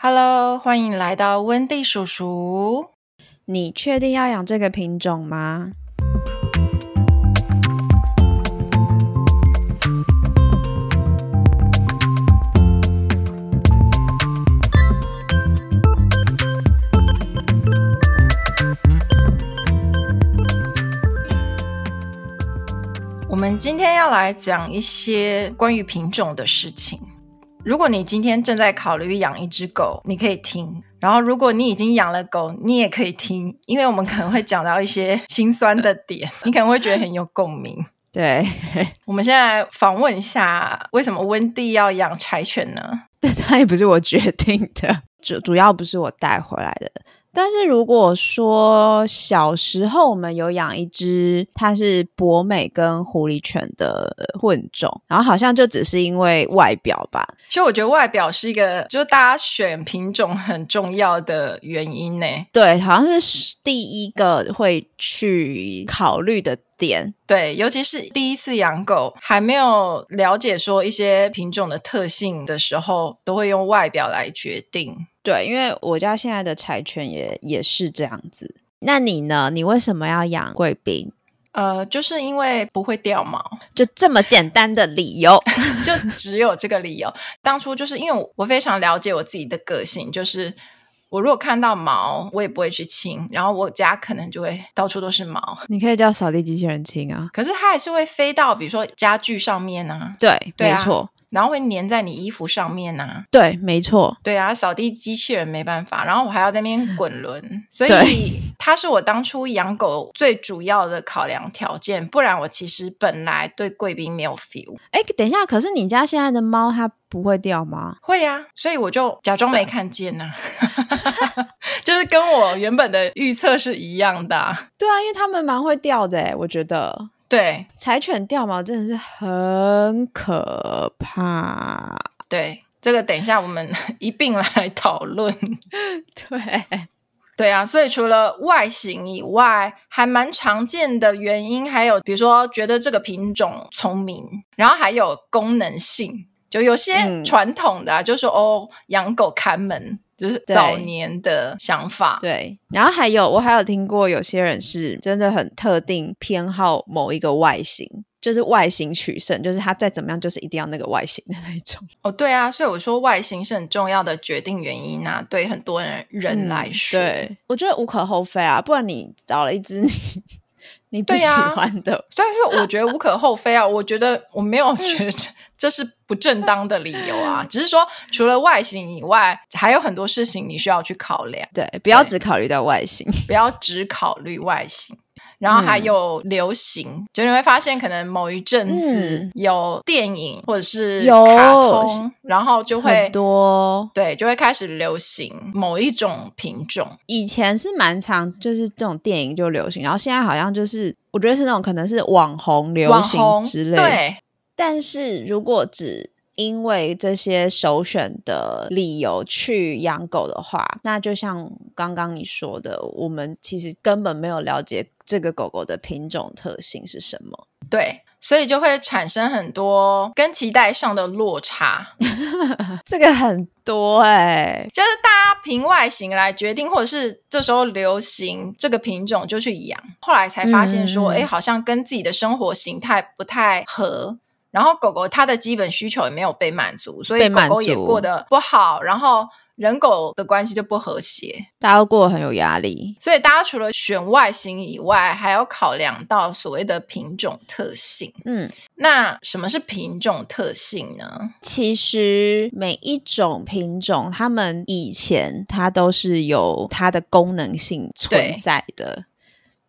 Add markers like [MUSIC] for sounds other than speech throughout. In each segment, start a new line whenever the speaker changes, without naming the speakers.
Hello，欢迎来到温蒂叔叔。
你确定要养这个品种吗？
我们今天要来讲一些关于品种的事情。如果你今天正在考虑养一只狗，你可以听；然后，如果你已经养了狗，你也可以听，因为我们可能会讲到一些心酸的点， [LAUGHS] 你可能会觉得很有共鸣。
对，
我们现在访问一下，为什么温蒂要养柴犬呢？
[LAUGHS] 但它也不是我决定的，主主要不是我带回来的。但是如果说小时候我们有养一只，它是博美跟狐狸犬的混种，然后好像就只是因为外表吧，
其实我觉得外表是一个，就是大家选品种很重要的原因呢。
对，好像是第一个会去考虑的点。
对，尤其是第一次养狗，还没有了解说一些品种的特性的时候，都会用外表来决定。
对，因为我家现在的柴犬也也是这样子。那你呢？你为什么要养贵宾？
呃，就是因为不会掉毛，
就这么简单的理由？
就只有这个理由。当初就是因为我非常了解我自己的个性，就是我如果看到毛，我也不会去清，然后我家可能就会到处都是毛，
[LAUGHS] 你可以叫扫地机器人亲啊。
可是它还是会飞到比如说家具上面啊，
对，
对啊
没错，
然后会粘在你衣服上面啊，
对，没错，
对啊，扫地机器人没办法，然后我还要在那边滚轮，所
对
以它是我当初养狗最主要的考量条件。不然我其实本来对贵宾没有 feel，
哎，等一下，可是你家现在的猫它不会掉吗？
会啊，所以我就假装没看见呐、 [LAUGHS] 就是跟我原本的预测是一样的啊、
对啊，因为它们蛮会掉的欸诶，我觉得
对
柴犬掉毛真的是很可怕。
对，这个等一下我们 [LAUGHS] 一并来讨论。
对，
对啊，所以除了外形以外，还蛮常见的原因还有，比如说觉得这个品种聪明，然后还有功能性。就有些
嗯
传统的啊，就说哦，养狗看门，就是
对
早年的想法。
对，然后还有我还有听过有些人是真的很特定偏好某一个外形，就是外形取胜，就是他再怎么样就是一定要那个外形的那一种。
哦，对啊，所以我说外形是很重要的决定原因啊，对很多人人来说。
嗯对，我觉得无可厚非啊，不然你找了一只
[LAUGHS]
你你不
对
喜
啊
欢
[LAUGHS]
的，
所以说，我觉得无可厚非啊。我觉得我没
嗯
有觉得这这是不正当的理由啊，只是说除了外形以外，还有很多事情你需要去考量。
对，不要
对
只考虑到外形。
不要只考虑外形。然后还有流行，就你会发现，可能某一阵子
嗯
有电影或者是
有
卡通，然后就会
很多
对，就会开始流行某一种品种。
以前是蛮常，就是这种电影就流行，然后现在好像就是，我觉得是那种可能是网红流
网
行
红
之类的。
对
但是如果只因为这些首选的理由去养狗的话，那就像刚刚你说的，我们其实根本没有了解这个狗狗的品种特性是什么。
对，所以就会产生很多跟期待上的落差。
这个很多哎、
就是大家凭外形来决定，或者是这时候流行这个品种就去养，后来才发现说，
嗯嗯嗯
哎、好像跟自己的生活形态不太合。然后狗狗它的基本需求也没有被满足，所以
被
狗
满足
狗也过得不好，然后人狗的关系就不和谐。
大家都过得很有压力。
所以大家除了选外形以外，还要考量到所谓的品种特性。
嗯，
那什么是品种特性呢？
其实每一种品种，它们以前它都是有它的功能性存在的。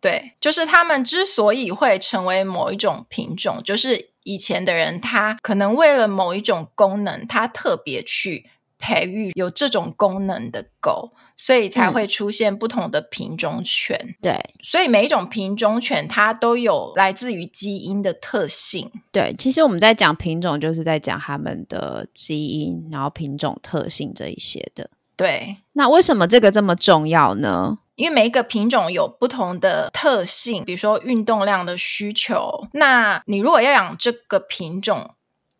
对，就是他们之所以会成为某一种品种，就是以前的人他可能为了某一种功能，他特别去培育有这种功能的狗，所以才会出现不同的品种犬。
对
所以每一种品种犬它都有来自于基因的特性。
对，其实我们在讲品种，就是在讲它们的基因，然后品种特性这一些的。
对，
那为什么这个这么重要呢？
因为每一个品种有不同的特性，比如说运动量的需求。那你如果要养这个品种，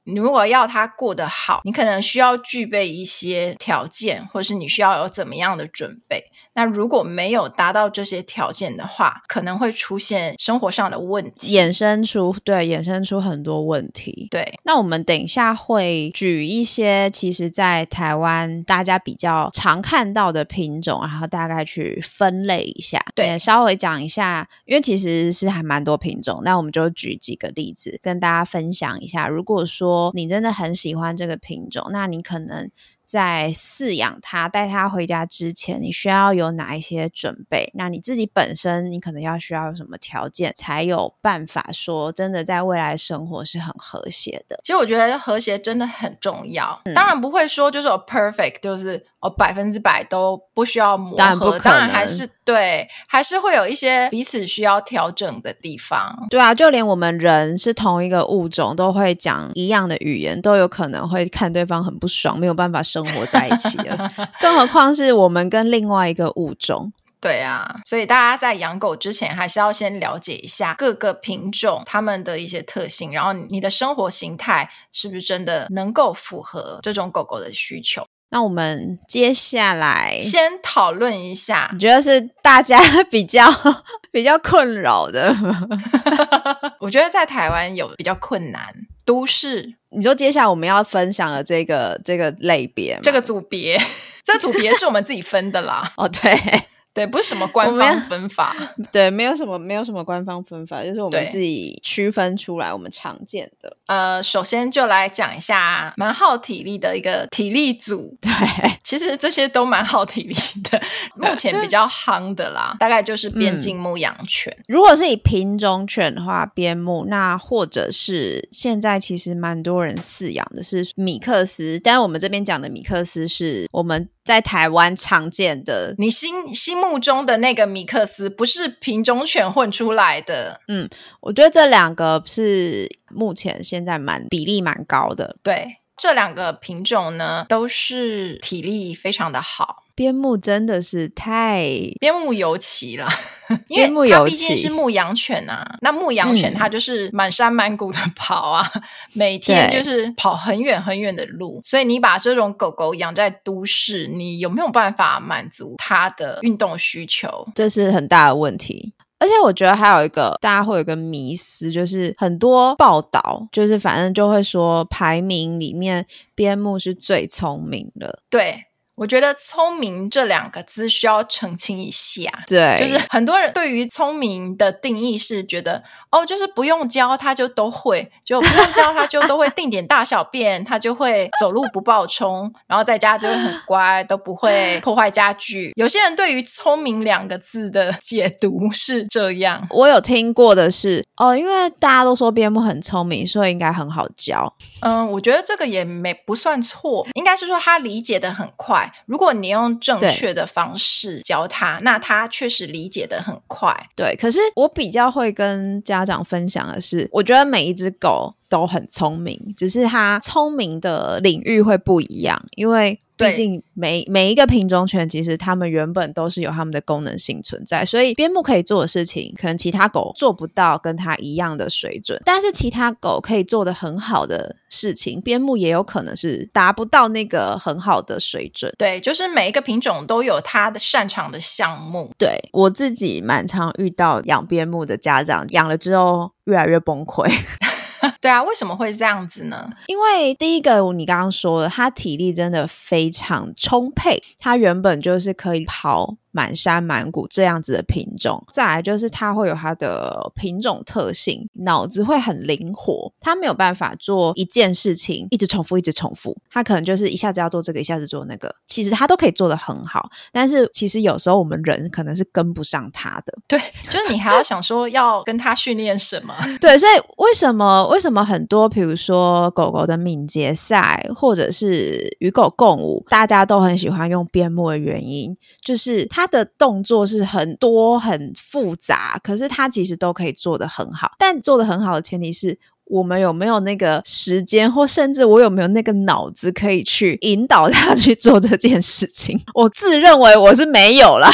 你如果要它过得好，你可能需要具备一些条件，或是你需要有怎么样的准备。那如果没有达到这些条件的话，可能会出现生活上的问题。
衍生出对衍生出很多问题。
对，
那我们等一下会举一些，其实，在台湾大家比较常看到的品种，然后大概去分类一下，
对
也稍微讲一下，因为其实是还蛮多品种，那我们就举几个例子跟大家分享一下。如果说你真的很喜欢这个品种，那你可能。在饲养它、带它回家之前，你需要有哪一些准备？那你自己本身，你可能要需要有什么条件，才有办法说真的在未来生活是很和谐的？
其实我觉得和谐真的很重要。
嗯
当然不会说就是我 perfect，就是我百分之百都不需要磨合，
当然不可能
当然还是对，还是会有一些彼此需要调整的地方。
对啊，就连我们人是同一个物种，都会讲一样的语言，都有可能会看对方很不爽，没有办法生活在一起了。更何况是我们跟另外一个物种。
[LAUGHS] 对啊，所以大家在养狗之前，还是要先了解一下各个品种它们的一些特性，然后你的生活形态是不是真的能够符合这种狗狗的需求。
那我们接下来，
先讨论一下
你，觉得是大家 [LAUGHS] 比较比较困扰的吗？
我觉得在台湾有比较困难，都市
你说接下来我们要分享的这个这个类别吗，
这个组别，这组别是我们自己分的啦，
哦，对
对，不是什么官
我们
方
要
分法。
[LAUGHS] 对，没有什么没有什么官方分法，就是我
对
们自己区分出来我们常见的。
呃，首先就来讲一下蛮耗体力的一个体力组，
对， [LAUGHS]
其实这些都蛮耗体力的。目前比较夯的啦，大概就是
嗯
边境牧羊犬。
如果是以品种犬的话，边牧那或者是现在其实蛮多人饲养的是米克斯，但是我们这边讲的米克斯是我们在台湾常见的。
你心心目中的那个米克斯，不是品种犬混出来的，
我觉得这两个是目前现在蛮比例蛮高的。
对。这两个品种呢，都是体力非常的好，
边牧真的是太
边牧尤其啦，因
边牧
为它
尤
毕竟
其
是牧羊犬啊。那牧羊犬
嗯
它就是满山满谷的 [LAUGHS] 跑啊，每天
对
就是跑很远很远的路，所以你把这种狗狗养在都市，你有没有办法满足它的运动需求？
这是很大的问题。而且我觉得还有一个大家会有一个迷思，就是很多报道，就是反正就会说排名里面边牧是最聪明的，
对我觉得“聪明”这两个字需要澄清一下。
对，
就是很多人对于聪明的定义是觉得哦，就是不用教他就都会，就不用教他就都会定点大小便，他就会走路不暴冲，然后在家就会很乖，都不会破坏家具。有些人对于“聪明”两个字的解读是这样，
我有听过的是哦，因为大家都说边牧很聪明，所以应该很好教。
嗯，我觉得这个也没不算错，应该是说他理解的很快。如果你用正
对
确的方式教他，那他确实理解的很快。
对，可是我比较会跟家长分享的是，我觉得每一只狗都很聪明，只是它聪明的领域会不一样，因为
对
毕竟每每一个品种犬，其实它们原本都是有它们的功能性存在，所以边牧可以做的事情，可能其他狗做不到跟它一样的水准，但是其他狗可以做的很好的事情，边牧也有可能是达不到那个很好的水准。
对，就是每一个品种都有他的擅长的项目。
对我自己蛮常遇到养边牧的家长，养了之后越来越崩溃， [LAUGHS]
对啊，为什么会这样子呢？
因为第一个你刚刚说了，他体力真的非常充沛，他原本就是可以跑满山满谷这样子的品种，再来就是他会有他的品种特性，脑子会很灵活，他没有办法做一件事情一直重复一直重复，他可能就是一下子要做这个，一下子做那个，其实他都可以做得很好，但是其实有时候我们人可能是跟不上他的。
对，就是你还要想说要跟他训练什么？ [LAUGHS]
对，所以为什么为什么很多，比如说狗狗的敏捷赛，或者是与狗共舞，大家都很喜欢用边牧的原因，就是它的动作是很多很复杂，可是它其实都可以做得很好。但做得很好的前提是。我们有没有那个时间，或甚至我有没有那个脑子可以去引导它 [LAUGHS] 去做这件事情？我自认为我是没有啦，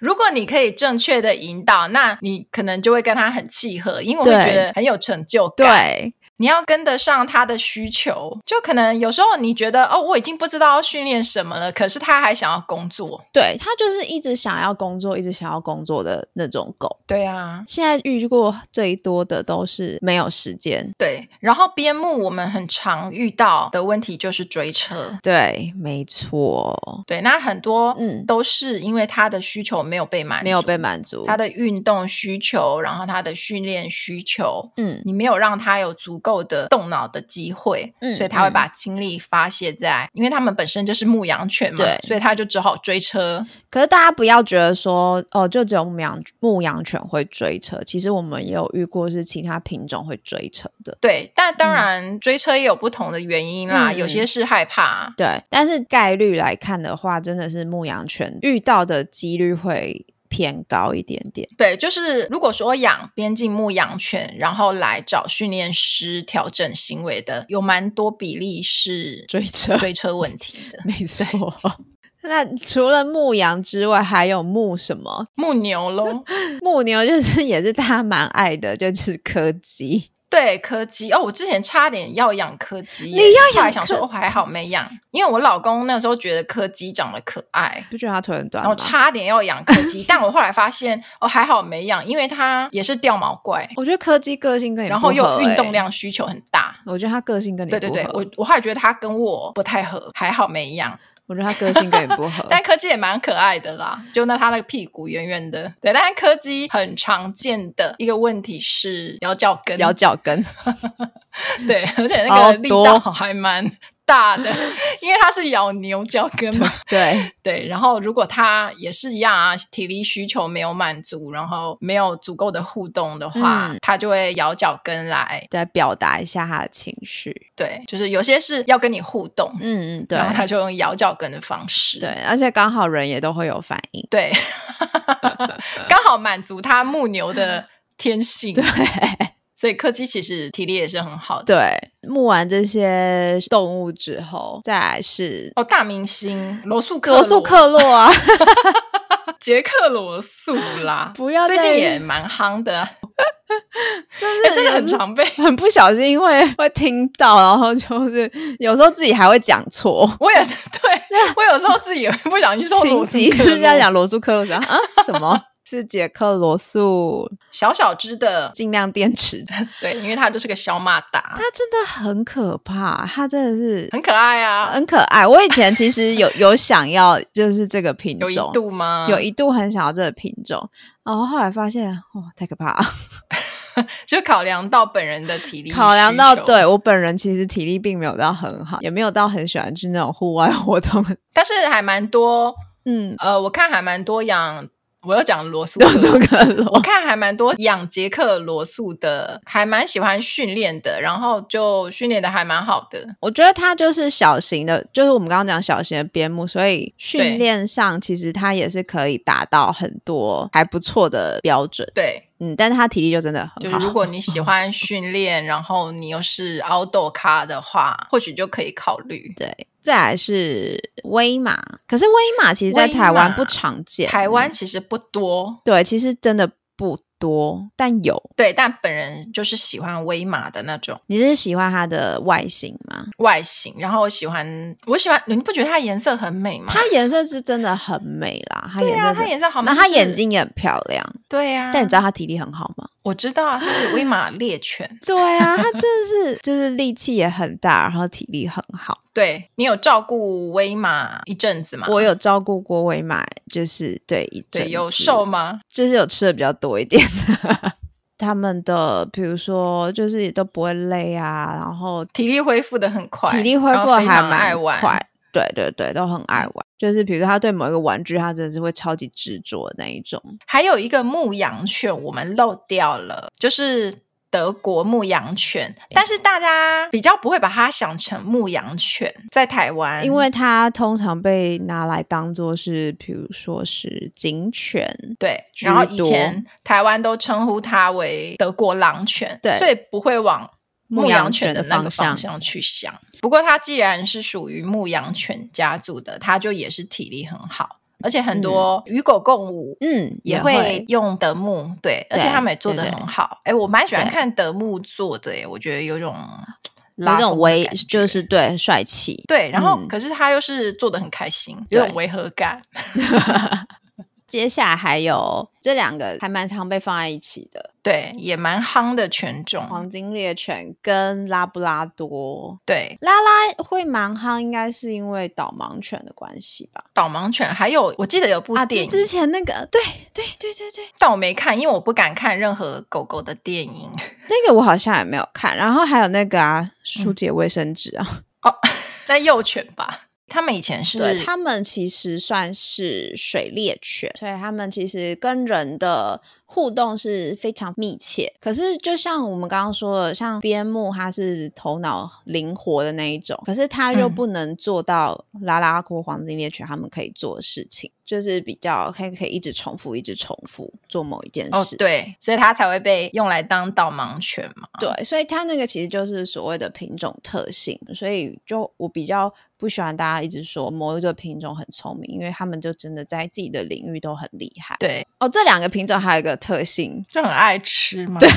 如果你可以正确的引导，那你可能就会跟他很契合，因为我会
对
觉得很有成就感。
对，
你要跟得上它的需求。就可能有时候你觉得哦，我已经不知道要训练什么了，可是它还想要工作。
对，它就是一直想要工作，一直想要工作的那种狗。
对啊，
现在遇过最多的都是没有时间。
对。然后边牧我们很常遇到的问题就是追车。
对，没错，
对，那很多
嗯
都是因为他的需求没有被满足，
没有被满足。
他的运动需求，然后他的训练需求，
嗯，
你没有让他有足够的动脑的机会，
嗯
所以他会把精力发泄在，因为他们本身就是牧羊犬嘛
对，
所以他就只好追车。
可是大家不要觉得说哦，就只有牧羊牧羊犬会追车，其实我们也有遇过是其他品种会追车的。
对，但当然、追车也有不同的原因啦，
嗯
有些是害怕，
对，但是概率来看的话，真的是牧羊犬遇到的几率会偏高一点点。
对，就是如果说养边境牧羊犬，然后来找训练师调整行为的，有蛮多比例是
追车，
追 [LAUGHS] 车问题的。
[LAUGHS] 没错。 [LAUGHS] 那除了牧羊之外，还有牧什么？
牧牛喽，
[LAUGHS] 牧牛就是也是大家蛮爱的，就是柯基。
对柯基哦，我之前差点要养柯基耶，
你要养
后来想说
柯
哦还好没养，因为我老公那时候觉得柯基长得可爱。
不觉得它腿很短
然后
吗？
差点要养柯基，但我后来发现哦，还好没养，因为它也是掉毛怪，
我觉得柯基个性跟你不
然
合、
后又运
欸
动，量需求很大。
我觉得它个性跟你不
对
合。
对对，我我后来觉得它跟我不太合，还好没养。。
我觉得它个性跟你不合
[LAUGHS] 但柯基也蛮可爱的啦，就那它那个屁股圆圆的。对，但是柯基很常见的一个问题是要叫跟，
咬脚跟，
[LAUGHS] 对，而且那
好
个力
多
道还蛮大的， [LAUGHS] 因为它是咬牛角跟嘛。
对，
[LAUGHS] 对，然后如果它也是一样啊，体力需求没有满足，然后没有足够的互动的话
嗯，
它、就会咬脚跟来。
再表达一下他的情绪。
对，就是有些是要跟你互动，
嗯嗯，对
然后它就用咬脚跟的方式。
对，而且刚好人也都会有反应。
对， [LAUGHS] 刚好满足它牧牛的天
[LAUGHS]
性。对，所以柯基其实体力也是很好的。
对，牧完这些动物之后，再来是
哦，大明星罗素克
罗素克洛啊，
[LAUGHS] 杰克罗素啦，
[LAUGHS] 不要
最
再
近也蛮夯的，
[LAUGHS] 真
哎、
的
真的
有
很
时候
常被。。
很不小心会会听到，然后就是有时候自己还会讲错
我也是， [LAUGHS] 对我有时候自己也会不小心说
情
罗素
啊急
克
[LAUGHS] 之下
洛
讲罗素克洛什么啊？什么 [LAUGHS] 是杰克罗素？
小小只的，
尽量电池的，
对，因为它就是个小马达
它，真的很可怕，它真的是
很可爱啊，
很可爱。我以前其实有有想要就是这个品
有一
种，
度吗？
有一度很想要这个品种，然后后来发现哇、太可怕了。
就考量到本人的体力需求，
考量到对我本人其实体力并没有到很好，也没有到很喜欢去那种户外活动。
但是还蛮多，
嗯， [LAUGHS]
呃，我看还蛮多养，我要讲罗素克
多
洛，
数可
我
乐，
看还蛮多养捷克罗素的，还蛮喜欢训练的，然后就训练的还蛮好的。
我觉得它就是小型的，就是我们刚刚讲小型的边牧，所以
对
训练上其实它也是可以达到很多还不错的标准。
对，
嗯，但是它体力就真的
就
很
是
好。 [LAUGHS]
如果你喜欢训练，然后你又是 outdoor 咖的话，或许就可以考虑。
对，再来是威马，可是威马其实在
威
台湾
马
不常见，
台湾其实不多，
对，其实真的不多，但有。
对，但本人就是喜欢威马的那种
你是喜欢它的外形
[LAUGHS]
吗？
外形，然后我喜欢，我喜欢，你不觉得它颜色很美吗？
它颜色是真的很美啦，它
对
颜色
啊，
真的
它颜色好美，
那它
就是
眼睛也很漂亮，
对啊，
但你知道它体力很好吗？
我知道啊它是威马猎犬，
对啊，它真的是就是力气也很大，然后体力很好。
对你有照顾威马一阵子吗？
我有照顾过维马，就是对一
对
阵子
有瘦，吗？
就是有吃的比较多一点。他们的比如说就是也都不会累啊，然后
体力恢复的很快，
体力恢
然
复
后
得
非
还
常
蛮
爱玩，嗯
快。对对对，都很爱玩。就是比如说，他对某一个玩具，他真的是会超级执着的那一种。
还有一个牧羊犬，我们漏掉了，就是德国牧羊犬，但是大家比较不会把它想成牧羊犬，在台湾，
因为它通常被拿来当做是，比如说是警犬，
对，
居
然后以
多
前台湾都称呼它为德国狼犬，
对
所以不会往
牧
牧
羊
羊
犬
犬
的
的那个
方向
方向去想。不过它既然是属于牧羊犬家族的，它就也是体力很好。而且很多与狗共舞。
嗯，
也会用德牧，对，而且他们也做的很好。哎，我蛮喜欢看德牧做的，哎，我觉得有种
有
拉
种
风的
微
感觉
就是对帅气，
对，然后
嗯
可是他又是做的很开心，有种
对
违和感。
接下来还有这两个还蛮常被放在一起的，
对，也蛮夯的犬种。
黄金猎犬跟拉布拉多。
对，
拉拉会蛮夯，应该是因为导盲犬的关系吧？
导盲犬，还有我记得有部
啊，
电
之
影，
之前那个，对对对对对，
但我没看，因为我不敢看任何狗狗的电影。
那个我好像也没有看。然后还有那个
嗯
啊，疏解卫生纸啊，
那幼犬吧，他们以前是
对他们其实算是水猎犬，所以他们其实跟人的互动是非常密切。可是就像我们刚刚说的，像边牧它是头脑灵活的那一种，可是它又
嗯
不能做到拉拉或黄金猎犬他们可以做的事情，就是比较可以可以一直重复，一直重复做某一件
哦
事。
对，所以它才会被用来当导盲犬嘛。
对，所以它那个其实就是所谓的品种特性，所以就我比较不喜欢大家一直说某一个品种很聪明，因为他们就真的在自己的领域都很厉害。
对，
哦，这两个品种还有一个特性，
就很爱吃嘛。对，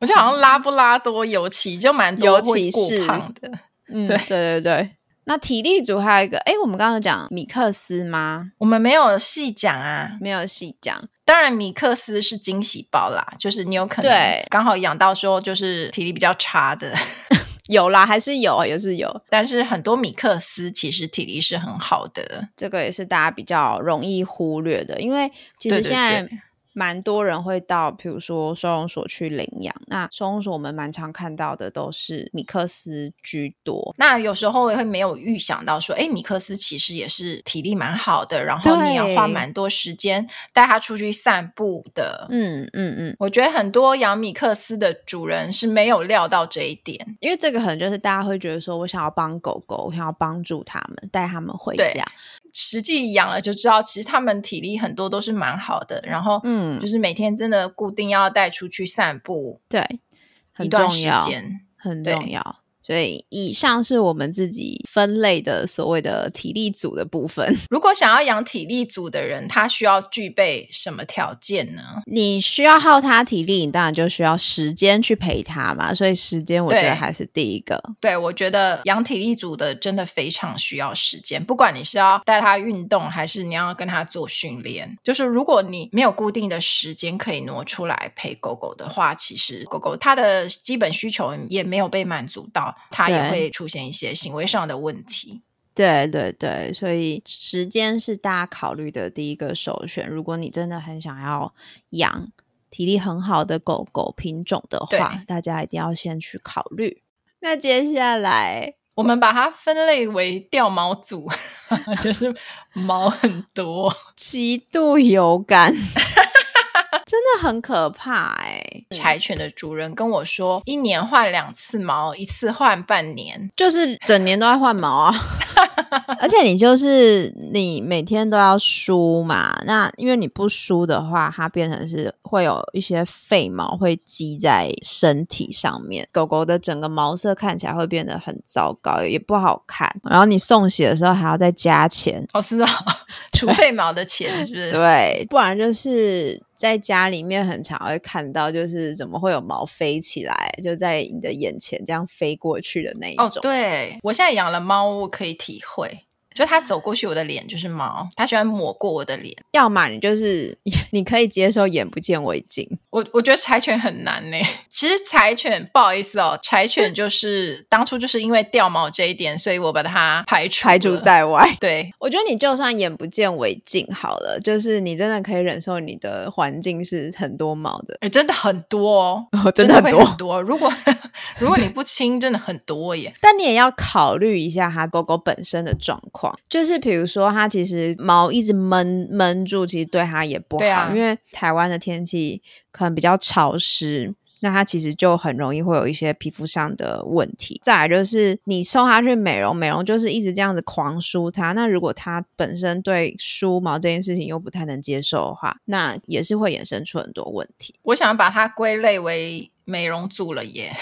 我觉得好像拉布拉多尤其就蛮
[LAUGHS]
多
尤
会
其是
过胖的。
嗯，
对
对对对。那体力组还有一个，哎，我们刚刚有讲米克斯吗？
我们没有细讲啊，
没有细讲，
当然米克斯是惊喜包啦，就是你有可能
对
刚好养到说就是体力比较差的， [LAUGHS]
有啦，还是有，也是有。
但是很多米克斯其实体力是很好的。
这个也是大家比较容易忽略的，因为其
对
实
对
现在
对
蛮多人会到，比如说收容所去领养。那收容所我们蛮常看到的都是米克斯居多，
那有时候也会没有预想到说，哎，米克斯其实也是体力蛮好的，然后你也要花
对
蛮多时间带它出去散步的。
嗯嗯嗯，
我觉得很多养米克斯的主人是没有料到这一点，
因为这个可能就是大家会觉得说我想要帮狗狗，我想要帮助他们，带他们回
对
家，
实际养了就知道，其实他们体力很多都是蛮好的，然后
嗯
就，是每天真的固定要带出去散步
对，
一
很
段
重
时
要，
间。
很
对
重要。所以以上是我们自己分类的所谓的体力组的部分。
如果想要养体力组的人，他需要具备什么条件呢？
你需要耗他体力，你当然就需要时间去陪他嘛。所以时间我觉
对
得还是第一个。
对我觉得养体力组的真的非常需要时间，不管你是要带他运动，还是你要跟他做训练，就是如果你没有固定的时间可以挪出来陪狗狗的话，其实狗狗它的基本需求也没有被满足到，它也
对
会出现一些行为上的问题。
对对对，所以时间是大家考虑的第一个首选。如果你真的很想要养体力很好的狗狗品种的话
对，
大家一定要先去考虑。那接下来，
我们把它分类为掉毛组， [LAUGHS] 就是毛很多。
极度有感， [LAUGHS] 真的很可怕哎、
柴犬的主人跟我说，一年换两次毛，一次换半年。
就是整年都在换毛啊，而且你就是你每天都要梳嘛，那因为你不梳的话，它变成是会有一些废毛会积在身体上面，狗狗的整个毛色看起来会变得很糟糕，也不好看。然后你送洗的时候还要再加钱，
哦， [LAUGHS] 是啊，除废毛的钱是不是？
[LAUGHS] 对，不然就是在家里面很常会看到，就是怎么会有毛飞起来，就在你的眼前这样飞过去的那一种。
哦，对，我现在养了猫，我可以体会，就它走过去，我的脸就是毛，它喜欢抹过我的脸。
要么你就是 [LAUGHS] 你可以接受眼不见为净，
我我觉得柴犬很难呢。 [LAUGHS] 其实柴犬，不好意思哦，柴犬就是当初就是因为掉毛这一点，所以我把它排除
排除
了
在外。 [LAUGHS]
对
我觉得你就算眼不见为净好了，就是你真的可以忍受你的环境是很多毛的，
哎、真的很多哦，
哦、
真
的很
会
多。
很多。如果如果你不清，真的很多耶。
但你也要考虑一下它狗狗本身的状况，就是比如说它其实毛一直闷闷住，其实对它也不好，
对啊
因为台湾的天气可能比较潮湿。那它其实就很容易会有一些皮肤上的问题。再来就是你送它去美容，美容就是一直这样子狂梳它。那如果它本身对梳毛这件事情又不太能接受的话，那也是会衍生出很多问题。
我想把它归类 [LAUGHS] 为美容组了耶，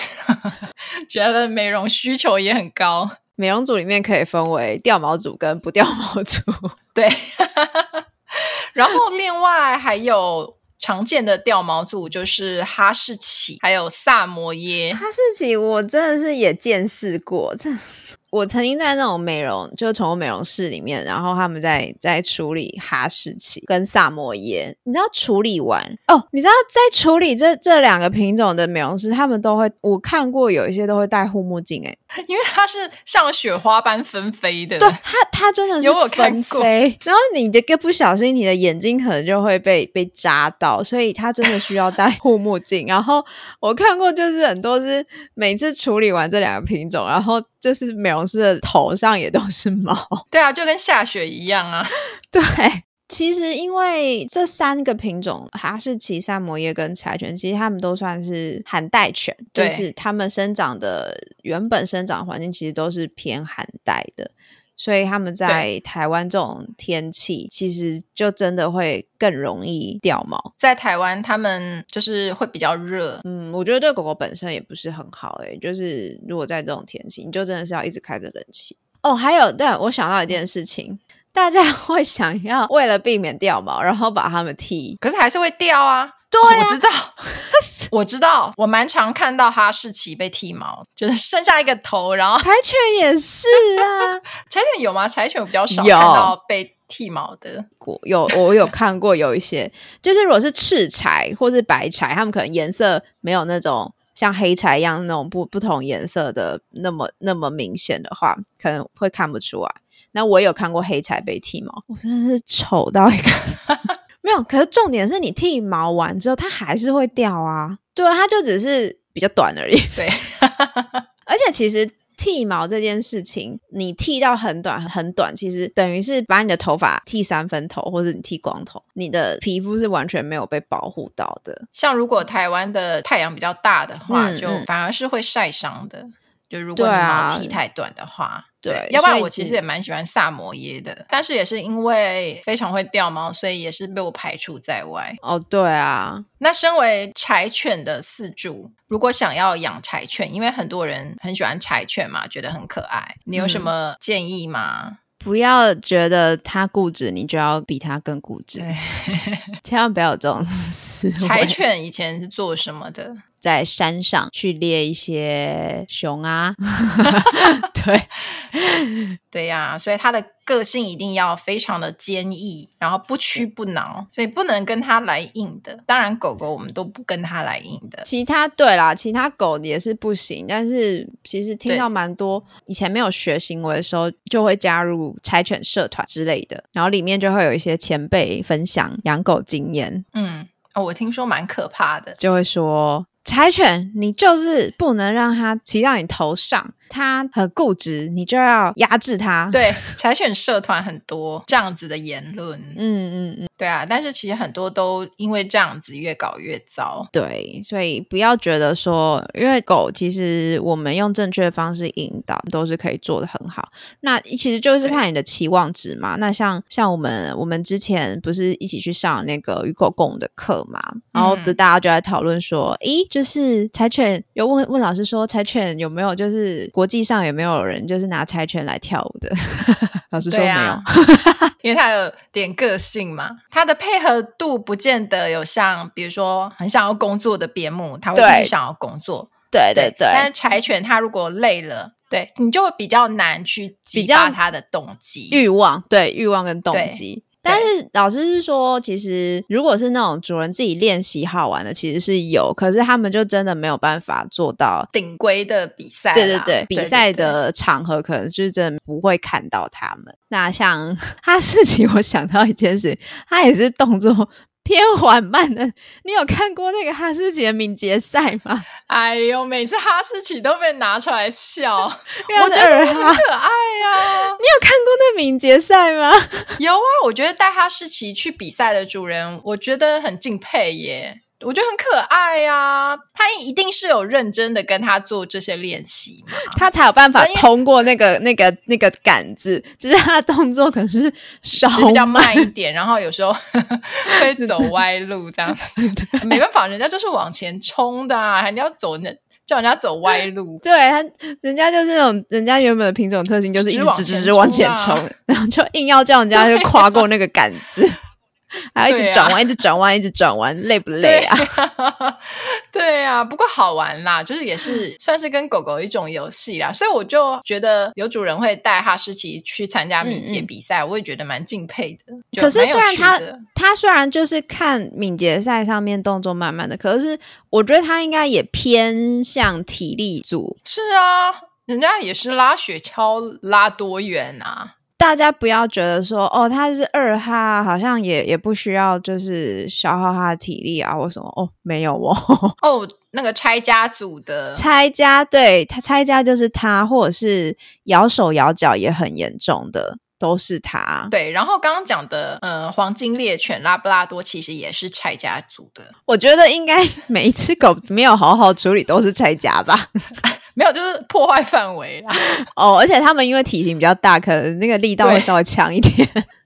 觉得美容需求也很高。
美容组里面可以分为掉毛组跟不掉毛组。
对， [LAUGHS] 然后另外还有常见的掉毛组就是哈士奇，还有萨摩耶。
哈士奇，我真的是也见识过，真的我曾经在那种美容，就是宠物美容室里面，然后他们在在处理哈士奇跟萨摩耶，你知道处理完哦，你知道在处理这这两个品种的美容师，他们都会，我看过有一些都会戴护目镜、欸，哎，
因为它是像雪花般纷飞的。
对，它它真的是
有我看
纷
过
飞，然后你这个不小心，你的眼睛可能就会被被扎到，所以它真的需要戴护目镜。然后我看过，就是很多是每次处理完这两个品种，然后就是美容师的头上也都是毛。
对啊，就跟下雪一样啊。
对，其实因为这三个品种哈士奇、萨摩耶跟柴犬，其实它们都算是寒带犬，就
对
是它们生长的原本生长环境其实都是偏寒带的。所以它们在台湾这种天气，其实就真的会更容易掉毛。
在台湾，他们就是会比较热。
嗯，我觉得对狗狗本身也不是很好诶、就是如果在这种天气，你就真的是要一直开着冷气。哦，还有，但我想到一件事情， [LAUGHS] 大家会想要为了避免掉毛，然后把它们剃。
可是还是会掉啊。
对
我知道， [LAUGHS] 我知道，我蛮常看到哈士奇被剃毛，就是剩下一个头，然后
[LAUGHS]
[LAUGHS]
柴犬也是啊，
柴犬有吗？柴犬比较少看
有
到被剃毛的。
我有我有看过有一些，就是如果是赤柴或是白柴，它们可能颜色没有那种像黑柴一样那种不不同颜色的那么那么明显的话，可能会看不出来。那我有看过黑柴被剃毛，我真的是丑到一 [LAUGHS] 个没有。可是重点是你剃毛完之后，它还是会掉啊。对啊，它就只是比较短而已。
对，
而且其实剃毛这件事情，你剃到很短很短，其实等于是把你的头发剃三分头，或者你剃光头，你的皮肤是完全没有被保护到的。
像如果台湾的太阳比较大的话，
嗯
就
嗯
反而是会晒伤的。就如果你
对啊
毛剃太短的话，
对
要不然
所以
我其
只
实也蛮喜欢萨摩耶的，但是也是因为非常会掉毛，所以也是被我排除在外。
哦，对啊，
那身为柴犬的饲主，如果想要养柴犬，因为很多人很喜欢柴犬嘛，觉得很可爱，你有
嗯
什么建议
[LAUGHS]
吗？
不要觉得它固执，你就要比它更固执，千万不要有这种思维。
柴犬以前是做什么的？
在山上去猎一些熊啊， [LAUGHS] 对，
对呀、所以它的个性一定要非常的坚毅，然后不屈不挠，所以不能跟它来硬的。当然，狗狗我们都不跟它来硬的。
其他对啦，其他狗也是不行，但是其实听
对
到蛮多以前没有学行为的时候，就会加入柴犬社团之类的，然后里面就会有一些前辈分享养狗经验，
嗯，哦我听说蛮可怕的。
就会说柴犬你就是不能让它骑到你头上，它很固执，你就要压制它。，
对， [LAUGHS] 柴犬社团很多这样子的言论，
嗯嗯嗯，
对啊，但是其实很多都因为这样子越搞越糟。
对，所以不要觉得说，因为狗其实我们用正确的方式引导都是可以做的很好。那其实就是看你的期望值嘛。那像像我们我们之前不是一起去上那个与狗共舞的课嘛，然后不
嗯
是大家就在讨论说，咦、就是柴犬有问问老师说，柴犬有没有就是国际上有没有人就是拿柴犬来跳舞的？ [LAUGHS] 老师说没
对
有，
啊， [LAUGHS] 因为它有点个性嘛，它的配合度不见得有像，比如说很想要工作的边牧，它会
对
一直想要工作，
对对对，
但是柴犬它如果累了，对你就会比较难去激
比较
发它的动机。
欲望，对欲望跟动
对
机。但是老师是说，其实如果是那种主人自己练习好玩的，其实是有，可是他们就真的没有办法做到。
顶规的比赛啦，
对对对，比
对
赛的场合可能就是真的不会看到他们。那像 [LAUGHS] 哈士奇，我想到一件事，他也是动作偏缓慢的。你有看过那个哈士奇的敏捷赛吗？
哎呦，每次哈士奇都被拿出来笑，
[LAUGHS]
我
因为它
觉
是
得
二
很
哈，
可爱呀、
你有看过那敏捷赛吗？ [LAUGHS]
有啊，我觉得带哈士奇去比赛的主人，我觉得很敬佩耶。我觉得很可爱呀、他一定是有认真的跟他做这些练习嘛。
他才有办法
对因为
通过那个、那个、那个杆子，只是他的动作可能是稍
就比较
慢，
慢一点，然后有时候 [LAUGHS] 会
[LAUGHS]
走歪路这样，没办法，人家就是往前冲的啊，你要走人叫人家走歪路。 [LAUGHS]
对他，人家就是那种人家原本的品种特性就是一
直
直
往
直
前
直往
冲
前
啊
冲， [LAUGHS] 然后就硬要叫人家就跨过那个杆子， [LAUGHS] 还要一
对
直
啊
转弯，一直转弯，一直转弯，累不累
对
啊？
啊，对啊，不过好玩啦，就是也
[LAUGHS]
是算是跟狗狗一种游戏啦，所以我就觉得有主人会带哈士奇去参加米
嗯
姐
嗯
比赛，我也觉得蛮敬佩的。就
可是
蛮有
虽然
趣
它
的
他虽然就是看敏捷赛上面动作慢慢的，可是我觉得他应该也偏向体力组。
是啊，人家也是拉雪橇拉多远啊？
大家不要觉得说哦，他是二哈，好像也也不需要就是消耗他的体力啊或什么哦，没有哦。
哦，那个拆家组的，
拆家对他拆家就是他，或者是咬手咬脚也很严重的，都是他。
对，然后刚刚讲的，呃，黄金猎犬拉布拉多其实也是拆家族的，
我觉得应该 [LAUGHS] 每一只狗没有好好处理都是拆家吧。 [LAUGHS]
没有，就是破坏范围啦。 [LAUGHS]
哦，而且他们因为体型比较大，可能那个力道
对
会稍微强一点。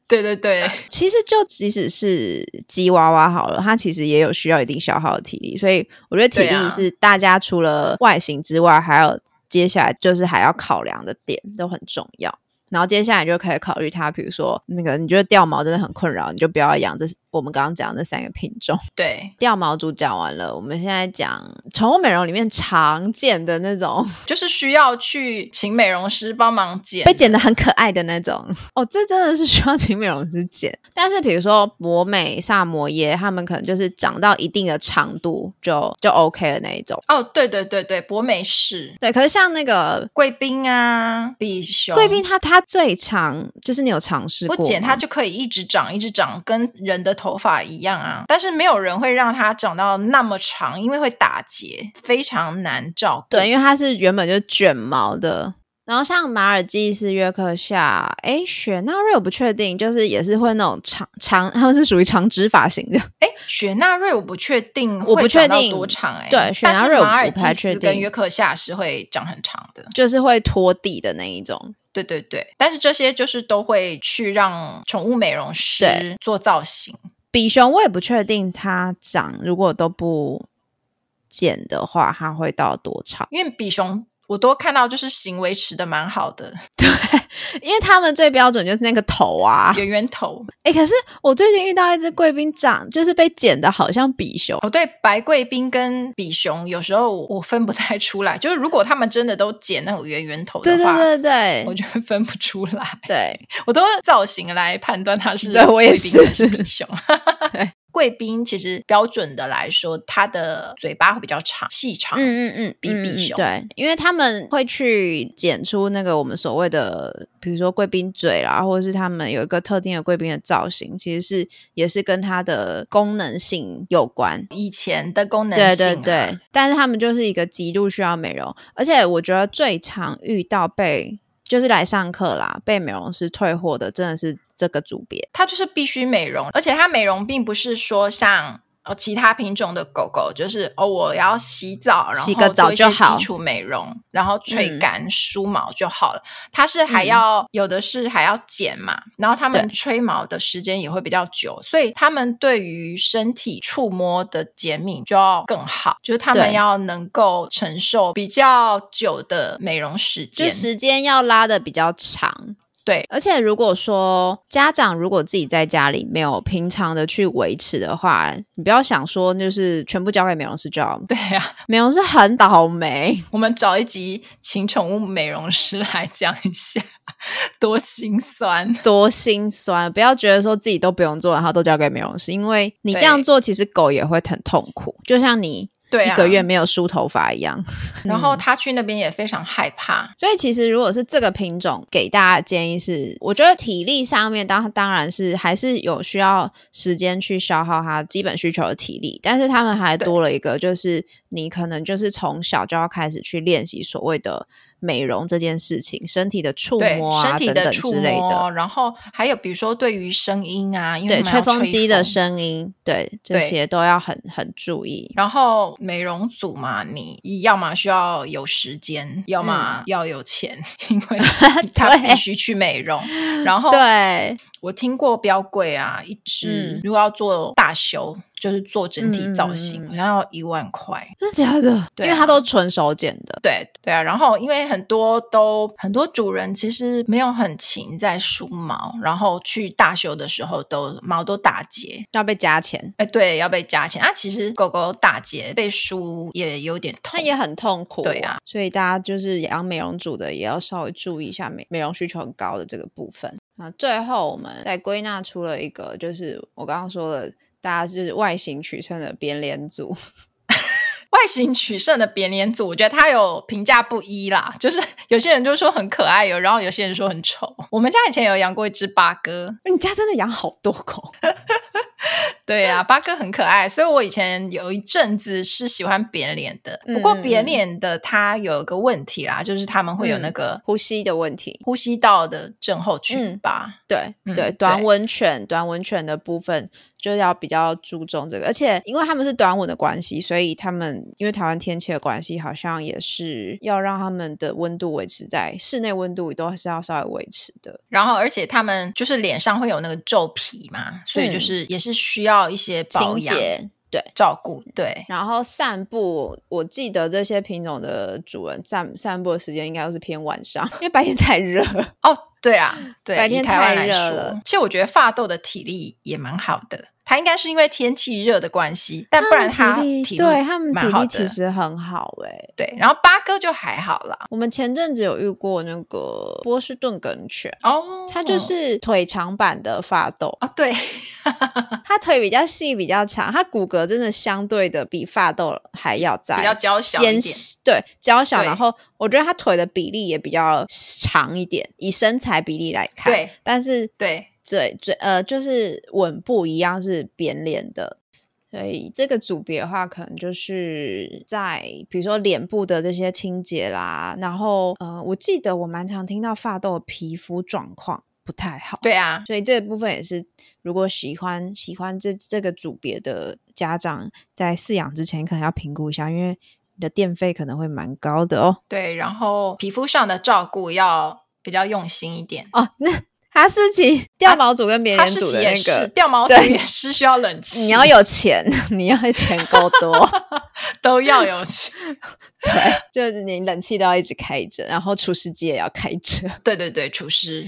对对对，
其实就即使是吉娃娃好了，它其实也有需要一定消耗的体力，所以我觉得体
对啊
力是大家除了外形之外，还有接下来就是还要考量的点都很重要。然后接下来就可以考虑它，比如说那个你觉得掉毛真的很困扰，你就不要养这我们刚刚讲的那三个品种。
对，
掉毛族讲完了，我们现在讲宠物美容里面常见的那种
就是需要去请美容师帮忙剪
被。剪得很可爱的那种。 [LAUGHS] 哦，这真的是需要请美容师剪。但是比如说博美、萨摩耶，他们可能就是长到一定的长度就就 OK 的那一种。
哦，对对对对，博美士
对，可是像那个
贵宾啊，比熊
贵宾，它它最长就是你有尝试
不
过
剪
吗
它就可以一直长，一直长，跟人的头发一样啊。但是没有人会让它长到那么长，因为会打结，非常难照顾。
对，因为它是原本就卷毛的。然后像马尔济斯、约克夏，哎，雪纳瑞我不确定，就是也是会那种长长，他们是属于长直发型的。
哎，雪纳瑞我不确定，
我不确定
多长哎、诶
对雪纳
但是
瑞我
马尔
不太
济
确
斯跟
定
约克夏是会长很长的。
就是会拖地的那一种，
对对对，但是这些就是都会去让宠物美容师
对
做造型。
比熊我也不确定它长，如果都不剪的话，它会到多长？
因为比熊我都看到就是型维持的蛮好的，
因为他们最标准就是那个头啊。
圆圆头。
哎、可是我最近遇到一只贵宾长，就是被剪的好像比熊。
哦，对，白贵宾跟比熊有时候我分不太出来，就是如果他们真的都剪那种圆圆头
对
的
对
话，
对
我
对
就分不出来。
对，
我都是造型来判断它是
对我也
贵宾还
是
比熊
[LAUGHS] 对。
贵宾其实标准的来说，它的嘴巴会比较长、细长。
嗯嗯嗯，
比
嗯
比
嗯
熊
对，因为他们会去剪出那个我们所谓的，比如说贵宾嘴啦，或者是他们有一个特定的贵宾的造型，其实是也是跟它的功能性有关。
以前的功能
对
性、啊
对对，，但是他们就是一个极度需要美容，而且我觉得最常遇到被就是来上课啦，被美容师退货的，真的是这个组别。
它就是必须美容，而且它美容并不是说像呃其他品种的狗狗，就是哦我要洗澡，然后
洗个澡
做一些
就好
基础美容，然后吹
嗯
干梳毛就好了。它是还要、有的是还要剪嘛，然后它们
对
吹毛的时间也会比较久，所以它们对于身体触摸的减敏就要更好，就是它们
对
要能够承受比较久的美容时
就
间。
时间要拉的比较长。
对
而且如果说家长如果自己在家里没有平常的去维持的话，你不要想说就是全部交给美容师就好，
对啊，
美容师很倒霉。
我们找一集请宠物美容师来讲一下，多心酸。
多心酸！不要觉得说自己都不用做，然后都交给美容师，因为你这样
对
做，其实狗也会很痛苦，就像你
对
一
啊，
个月没有梳头发一 [LAUGHS] 样。嗯
然后他去那边也非常害怕。
所以其实如果是这个品种，给大家的建议是，我觉得体力上面当当然是还是有需要时间去消耗它基本需求的体力，但是他们还
对
多了一个，就是你可能就是从小就要开始去练习所谓的美容这件事情，身体的触
对
摸
身
啊
体
等等
触
之类的
摸，。然后还有比如说对于声音啊，因为
对，
我们要
吹风机的
风
声音，对这
对
些都要很很注意。
然后美容组嘛，你要么需要有时间，要么要有钱，因为他
嗯 [LAUGHS] 对
必须去美容。然后
对，
我听过标柜啊，一只、
嗯
如果要做大修，就是做整体造型，
嗯嗯嗯
好像要一万块。
真的假的？
对啊
因为它都纯手剪的。
对对啊，然后因为很多都很多主人其实没有很勤在梳毛，然后去大修的时候都毛都打结，
要被加钱，
哎，对，要被加钱啊。其实狗狗打结被梳也有点
它
痛，
也很痛苦，
对啊，
所以大家就是养美容组的也要稍微注意一下美美容需求很高的这个部分啊。最后我们再归纳出了一个，就是我刚刚说的，大家就是外形取胜的边脸组， [LAUGHS]
外形取胜的扁脸组，我觉得它有评价不一啦，就是 [LAUGHS] 有些人就说很可爱哟，然后有些人说很丑。我们家以前有养过一只八哥，
你家真的养好多狗，
对啊，八哥很可爱，所以我以前有一阵子是喜欢扁脸的。
嗯
不过扁脸的它有一个问题啦，就是他们会有那
嗯
个
呼吸的问题，
呼吸道的症候群吧？
对、
嗯
对，
对
短吻犬短吻犬的部分就要比较注重这个，而且因为他们是短吻的关系，所以他们因为台湾天气的关系，好像也是要让他们的温度维持在室内温度都是要稍微维持的。
然后而且他们就是脸上会有那个皱皮嘛，所以就是也是需要一些保
嗯清
养
洁。对，
照顾。对，
然后散步，我记得这些品种的主人散散步的时间应该都是偏晚上，因为白天太热。
哦，对啊，对，
白天
以台湾来
太热
说
了，
其实我觉得发豆的体力也蛮好的。它应该是因为天气热的关系，但不然它
们体力
体力
对他们体
蛮好
力
的
其实很好诶、
对，然后八哥就还好啦。
我们前阵子有遇过那个波士顿梗犬，
哦，
它就是腿长版的发豆，
啊，对，啊
它腿比较细比较长，它骨骼真的相对的比发豆还要再
比较娇小一
纤
点。
细对娇小，
对
然后我觉得它腿的比例也比较长一点，以身材比例来看，
对，
但是
对，
嘴嘴呃，就是吻部一样是扁脸的，所以这个组别的话，可能就是在比如说脸部的这些清洁啦，然后呃，我记得我蛮常听到发豆的皮肤状况不太好，
对啊，
所以这个部分也是，如果喜欢喜欢这这个组别的家长，在饲养之前可能要评估一下，因为你的电费可能会蛮高的哦。
对，然后皮肤上的照顾要比较用心一点。
哦，那哈士奇掉毛组跟别
啊哈
人
士
组
奇
的
也
那
是，
个。
掉毛组
对
也是需要冷气，
你要有钱， [LAUGHS] 你要钱够多，
都要有气。
[LAUGHS] 就是你冷气都要一直开着，然后除湿机也要开着。
对对对，厨师。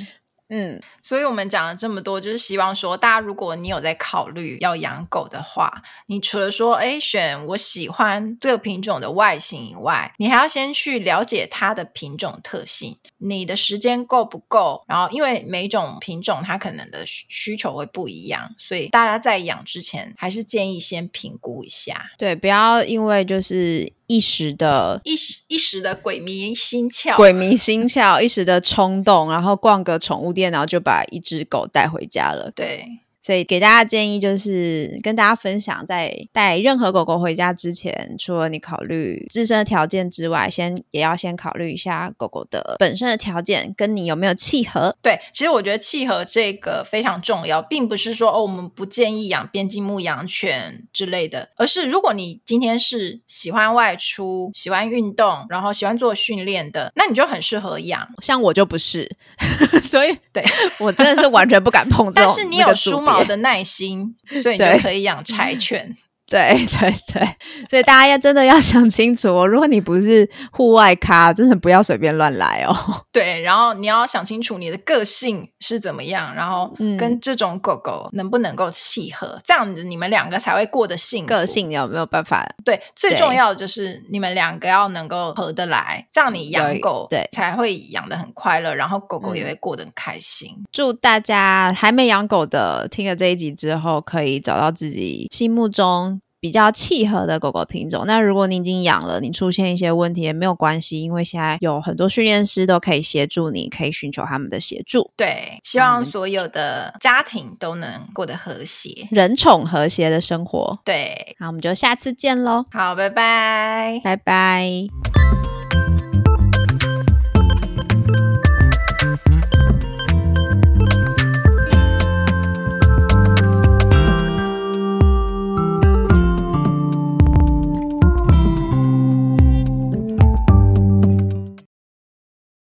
嗯，
所以我们讲了这么多，就是希望说，大家如果你有在考虑要养狗的话，你除了说，哎，选我喜欢这个品种的外形以外，你还要先去了解它的品种特性，你的时间够不够？然后，因为每种品种它可能的需需求会不一样，所以大家在养之前，还是建议先评估一下。
对，不要因为就是一时 [LAUGHS] 的
一时一时的鬼迷心窍，
鬼迷心窍、一时的冲动，然后逛个宠物店，然后就把一只狗带回家了。
对
所以给大家建议就是跟大家分享，在带任何狗狗回家之前，除了你考虑自身的条件之外，先也要先考虑一下狗狗的本身的条件跟你有没有契合。
对，其实我觉得契合这个非常重要，并不是说哦，我们不建议养边境牧羊犬之类的，而是如果你今天是喜欢外出、喜欢运动，然后喜欢做训练的，那你就很适合养。
像我就不是， [LAUGHS] 所以
对
我真的是完全不敢碰这
但
种。
是你
那
有
个组
梳毛
别
的耐心，所
[LAUGHS]
以你
对
就可以养柴犬。
对 [LAUGHS] 对对，所以大家要真的要想清楚哦。如果你不是户外咖，真的不要随便乱来哦。
对，然后你要想清楚你的个性是怎么样，然后
嗯
跟这种狗狗能不能够契合，这样子你们两个才会过得幸福。
[LAUGHS] 个性有没有办法？
对，最
对
重要的就是你们两个要能够合得来，这样你养
有
狗
对
才会养得很快乐，然后狗狗也
嗯
会过得很开心。
祝大家还没养狗的，听了这一集之后，可以找到自己心目中。比较契合的狗狗品种。那如果你已经养了，你出现一些问题也没有关系，因为现在有很多训练师都可以协助你，可以寻求他们的协助。
对，希
那我
望
们
所有的家庭都能过得和谐。
人宠和谐的生活。
对，
那我们就下次见喽，
好，拜拜。
拜拜。